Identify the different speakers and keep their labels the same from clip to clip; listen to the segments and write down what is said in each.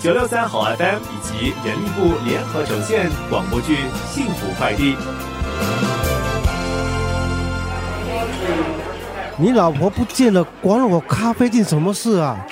Speaker 1: 九六三好 FM 以及人力部联合呈现广播剧《幸福快递》。
Speaker 2: 你老婆不见了，管我咖啡店什么事啊？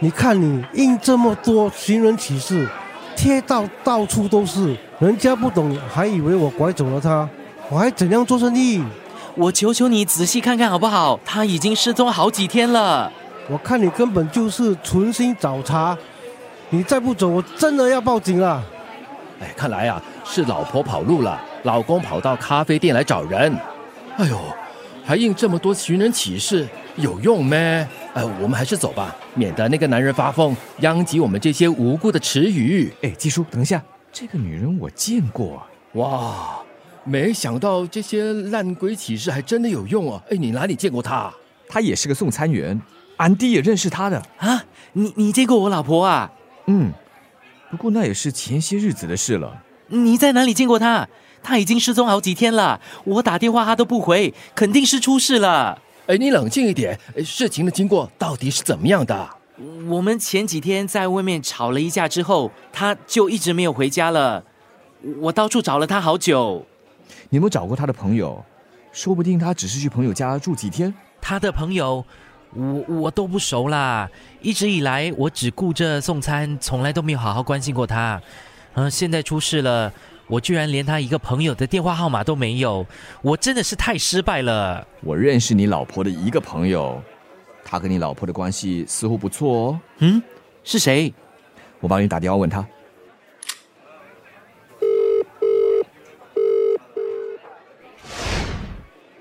Speaker 2: 你看你印这么多寻人启事，贴到到处都是，人家不懂还以为我拐走了她，我还怎样做生意？
Speaker 3: 我求求你仔细看看好不好？他已经失踪好几天了。
Speaker 2: 我看你根本就是存心找茬，你再不走，我真的要报警了。
Speaker 4: 哎，看来啊是老婆跑路了，老公跑到咖啡店来找人。哎呦，还印这么多寻人启事，有用咩？呃，我们还是走吧，免得那个男人发疯，殃及我们这些无辜的池鱼。
Speaker 5: 哎，季叔，等一下，这个女人我见过啊。
Speaker 4: 哇，没想到这些烂鬼启事还真的有用啊！哎，你哪里见过她、啊？
Speaker 5: 她也是个送餐员，安迪也认识她的。
Speaker 3: 啊，你你见过我老婆啊？
Speaker 5: 嗯，不过那也是前些日子的事了。
Speaker 3: 你在哪里见过她？她已经失踪好几天了，我打电话她都不回，肯定是出事了。
Speaker 4: 哎，你冷静一点，事情的经过到底是怎么样的？
Speaker 3: 我们前几天在外面吵了一架之后，她就一直没有回家了。我到处找了她好久。
Speaker 5: 你有没有找过她的朋友？说不定她只是去朋友家住几天。
Speaker 3: 她的朋友，我我都不熟啦。一直以来，我只顾着送餐，从来都没有好好关心过她。嗯、呃，现在出事了，我居然连她一个朋友的电话号码都没有，我真的是太失败了。
Speaker 5: 我认识你老婆的一个朋友，他跟你老婆的关系似乎不错哦。
Speaker 3: 嗯，是谁？
Speaker 5: 我帮你打电话问他。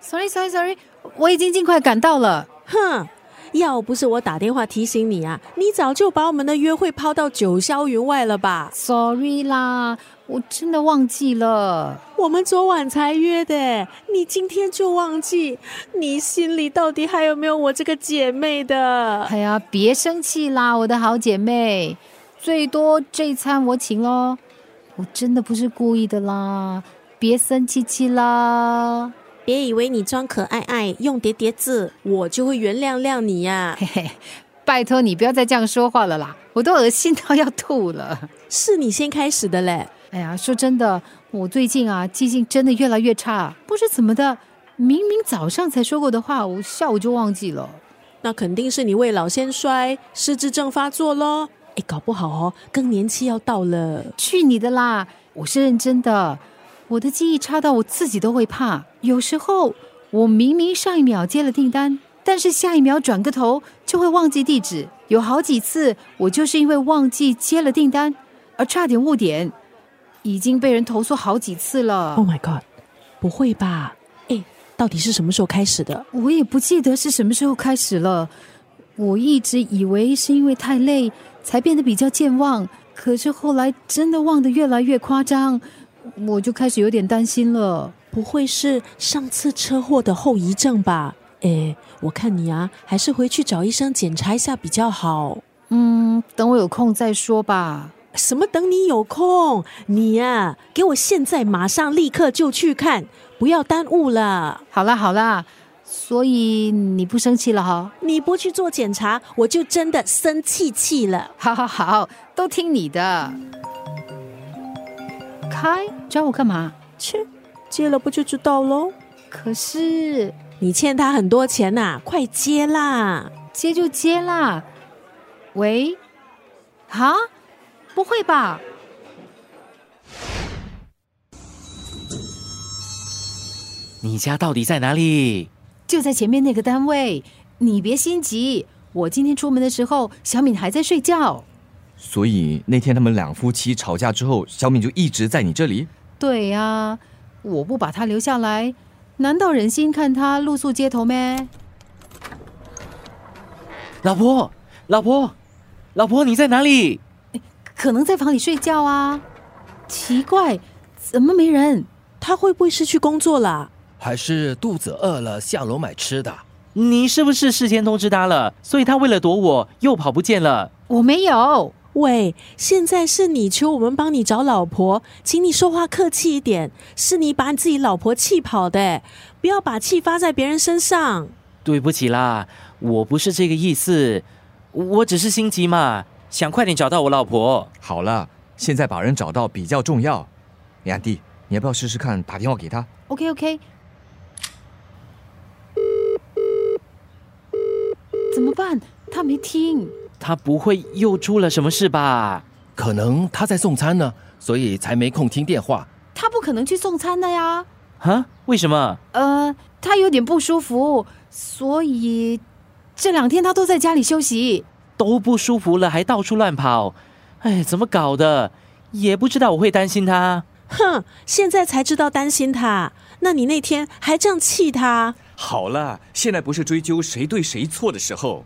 Speaker 6: Sorry, Sorry, Sorry，我已经尽快赶到了。
Speaker 7: 哼，要不是我打电话提醒你啊，你早就把我们的约会抛到九霄云外了吧？
Speaker 6: Sorry 啦，我真的忘记了。
Speaker 7: 我们昨晚才约的，你今天就忘记，你心里到底还有没有我这个姐妹的？
Speaker 6: 哎呀，别生气啦，我的好姐妹，最多这一餐我请喽。我真的不是故意的啦，别生气气啦。
Speaker 7: 别以为你装可爱爱用叠叠字，我就会原谅谅你啊呀、
Speaker 6: 嘿嘿，拜托你不要再这样说话了啦，我都恶心到要吐了。
Speaker 7: 是你先开始的嘞。
Speaker 6: 哎呀，说真的，我最近啊记性真的越来越差，不知怎么的，明明早上才说过的话，我下午就忘记了。
Speaker 7: 那肯定是你未老先衰，失智症发作咯。哎，搞不好哦，更年期要到了。
Speaker 6: 去你的啦！我是认真的，我的记忆差到我自己都会怕。有时候我明明上一秒接了订单，但是下一秒转个头就会忘记地址。有好几次我就是因为忘记接了订单而差点误点，已经被人投诉好几次了。
Speaker 7: Oh my god！不会吧？哎，到底是什么时候开始的？
Speaker 6: 我也不记得是什么时候开始了。我一直以为是因为太累才变得比较健忘，可是后来真的忘得越来越夸张，我就开始有点担心了。
Speaker 7: 不会是上次车祸的后遗症吧？哎，我看你啊，还是回去找医生检查一下比较好。
Speaker 6: 嗯，等我有空再说吧。
Speaker 7: 什么？等你有空，你呀、给我现在马上立刻就去看，不要耽误了。
Speaker 6: 好啦好啦，所以你不生气了哈？
Speaker 7: 你不去做检查，我就真的生气气了。
Speaker 6: 好好好，都听你的。开，找我干嘛？
Speaker 7: 切，接了不就知道喽？
Speaker 6: 可是
Speaker 7: 你欠他很多钱呐、快接啦！
Speaker 6: 接就接啦。喂，啊？不会吧？
Speaker 3: 你家到底在哪里？
Speaker 6: 就在前面那个单位，你别心急。我今天出门的时候，小敏还在睡觉。
Speaker 5: 所以那天他们两夫妻吵架之后，小敏就一直在你这里。
Speaker 6: 对呀、我不把她留下来，难道忍心看她露宿街头咩？
Speaker 3: 老婆，老婆，老婆，你在哪里？
Speaker 6: 可能在房里睡觉啊。奇怪，怎么没人？
Speaker 7: 他会不会是去工作啦？
Speaker 4: 还是肚子饿了下楼买吃的？
Speaker 3: 你是不是事先通知他了？所以他为了躲我，又跑不见了。
Speaker 6: 我没有。
Speaker 7: 喂，现在是你求我们帮你找老婆，请你说话客气一点。是你把你自己老婆气跑的，不要把气发在别人身上。
Speaker 3: 对不起啦，我不是这个意思，我只是心急嘛。想快点找到我老婆。
Speaker 5: 好了，现在把人找到比较重要。哎安迪，你要不要试试看打电话给他？
Speaker 6: OK OK，怎么办？他没听。
Speaker 3: 她不会又出了什么事吧？
Speaker 4: 可能他在送餐呢，所以才没空听电话。
Speaker 6: 他不可能去送餐的呀。
Speaker 3: 啊？为什么？
Speaker 6: 呃，他有点不舒服，所以这两天他都在家里休息。
Speaker 3: 都不舒服了还到处乱跑？哎，怎么搞的？也不知道我会担心她。
Speaker 7: 哼，现在才知道担心他，那你那天还这样气他？
Speaker 5: 好了，现在不是追究谁对谁错的时候。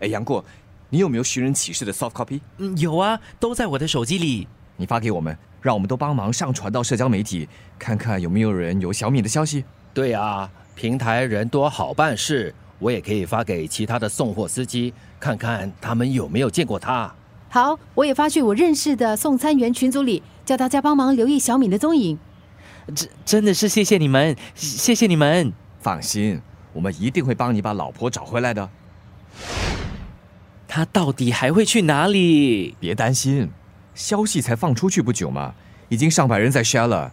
Speaker 5: 哎，杨过，你有没有寻人启事的 soft copy？
Speaker 3: 嗯，有啊，都在我的手机里。
Speaker 5: 你发给我们，让我们都帮忙上传到社交媒体，看看有没有人有小米的消息。
Speaker 4: 对啊，平台人多好办事，我也可以发给其他的送货司机，看看他们有没有见过他。
Speaker 6: 好，我也发去我认识的送餐员群组里，叫大家帮忙留意小敏的踪影。
Speaker 3: 真真的是谢谢你们，谢谢你们。
Speaker 5: 放心，我们一定会帮你把老婆找回来的，
Speaker 3: 她到底还会去哪里？
Speaker 5: 别担心。消息才放出去不久嘛，已经上百人在 share 了。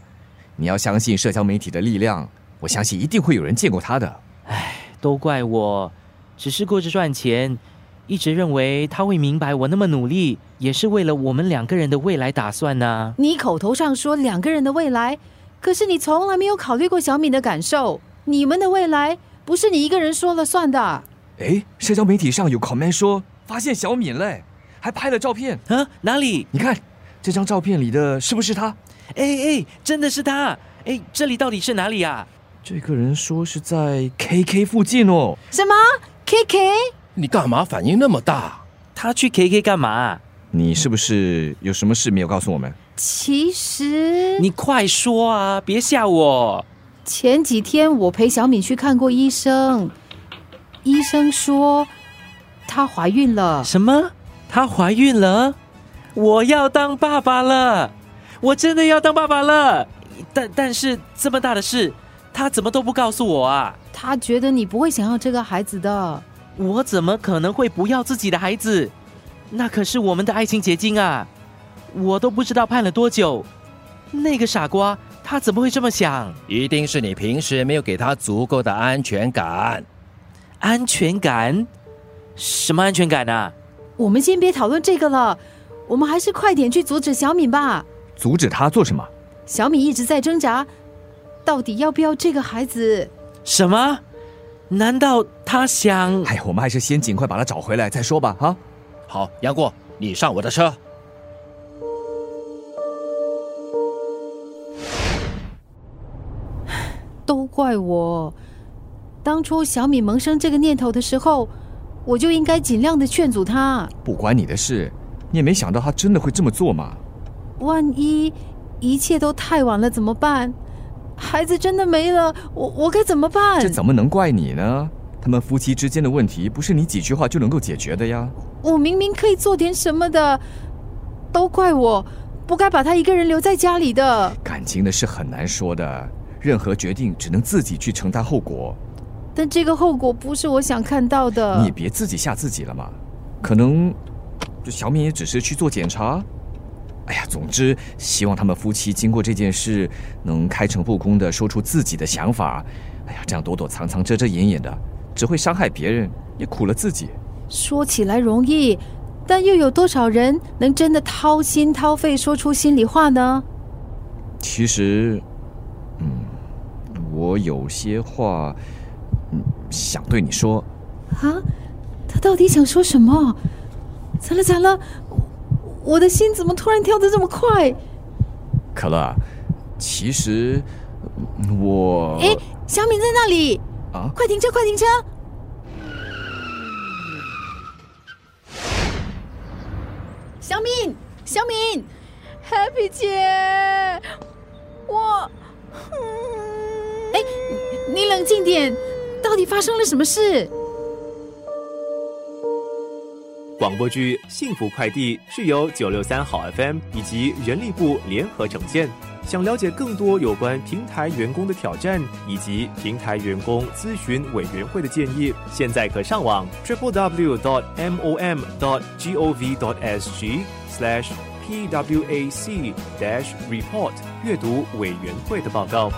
Speaker 5: 你要相信社交媒体的力量，我相信一定会有人见过他的。
Speaker 3: 都怪我，只是顾着赚钱，一直认为他会明白我那么努力，也是为了我们两个人的未来打算呢、
Speaker 6: 你口头上说两个人的未来，可是你从来没有考虑过小敏的感受。你们的未来不是你一个人说了算的。
Speaker 5: 诶，哎社交媒体上有 comment 说发现小敏嘞，还拍了照片。
Speaker 3: 啊。哪里？
Speaker 5: 你看这张照片里的是不是他？
Speaker 3: 哎哎，真的是他！哎，这里到底是哪里啊呀、
Speaker 5: 这个人说是在 KK 附近哦。
Speaker 6: 什么？K K？
Speaker 4: 你干嘛反应那么大？
Speaker 3: 他去 KK 干嘛？
Speaker 5: 你是不是有什么事没有告诉我们？
Speaker 6: 其实
Speaker 3: 你快说啊，别吓我！
Speaker 6: 前几天我陪小敏去看过医生，医生说她怀孕了。
Speaker 3: 什么？她怀孕了？我要当爸爸了！我真的要当爸爸了！但但是这么大的事，他怎么都不告诉我啊？
Speaker 6: 她觉得你不会想要这个孩子的。
Speaker 3: 我怎么可能会不要自己的孩子？那可是我们的爱情结晶啊！我都不知道盼了多久。那个傻瓜，他怎么会这么想？
Speaker 4: 一定是你平时没有给他足够的安全感。
Speaker 3: 安全感？什么安全感啊？
Speaker 6: 我们先别讨论这个了，我们还是快点去阻止小敏吧。
Speaker 5: 阻止他做什么？
Speaker 6: 小敏一直在挣扎，到底要不要这个孩子？
Speaker 3: 什么？难道他想？
Speaker 5: 哎，我们还是先尽快把他找回来再说吧。哈，
Speaker 4: 好，杨过，你上我的车。
Speaker 6: 都怪我。当初小敏萌生这个念头的时候，我就应该尽量的劝阻她。
Speaker 5: 不关你的事，你也没想到他真的会这么做嘛。
Speaker 6: 万一一切都太晚了怎么办？孩子真的没了，我我该怎么办
Speaker 5: 这？怎么能怪你呢？他们夫妻之间的问题，不是你几句话就能够解决的呀。
Speaker 6: 我明明可以做点什么的，都怪我，不该把她一个人留在家里的。
Speaker 5: 感情的事很难说的，任何决定只能自己去承担后果。
Speaker 6: 但这个后果不是我想看到的。
Speaker 5: 你也别自己吓自己了嘛。可能这小敏也只是去做检查。哎呀，总之，希望他们夫妻经过这件事，能开诚布公的说出自己的想法。哎呀，这样躲躲藏藏、遮遮掩掩的，只会伤害别人，也苦了自己。
Speaker 6: 说起来容易，但又有多少人能真的掏心掏肺说出心里话呢？
Speaker 5: 其实，嗯，我有些话，嗯，想对你说。
Speaker 6: 啊，他到底想说什么？惨了惨了，我我的心怎么突然跳得这么快？
Speaker 5: 可乐，其实嗯我
Speaker 6: 哎，小敏在那里，
Speaker 5: 啊，
Speaker 6: 快停车，快停车！小敏，小敏，
Speaker 8: Happy 姐，我，
Speaker 6: 哎，你冷静点，到底发生了什么事？
Speaker 1: 广播剧《幸福快递》是由九六三好 FM 以及人力部联合呈现，想了解更多有关平台员工的挑战以及平台员工咨询委员会的建议，现在可上网 triple w dot m o m dot g o v dot s g slash p w a c dash report 阅读委员会的报告。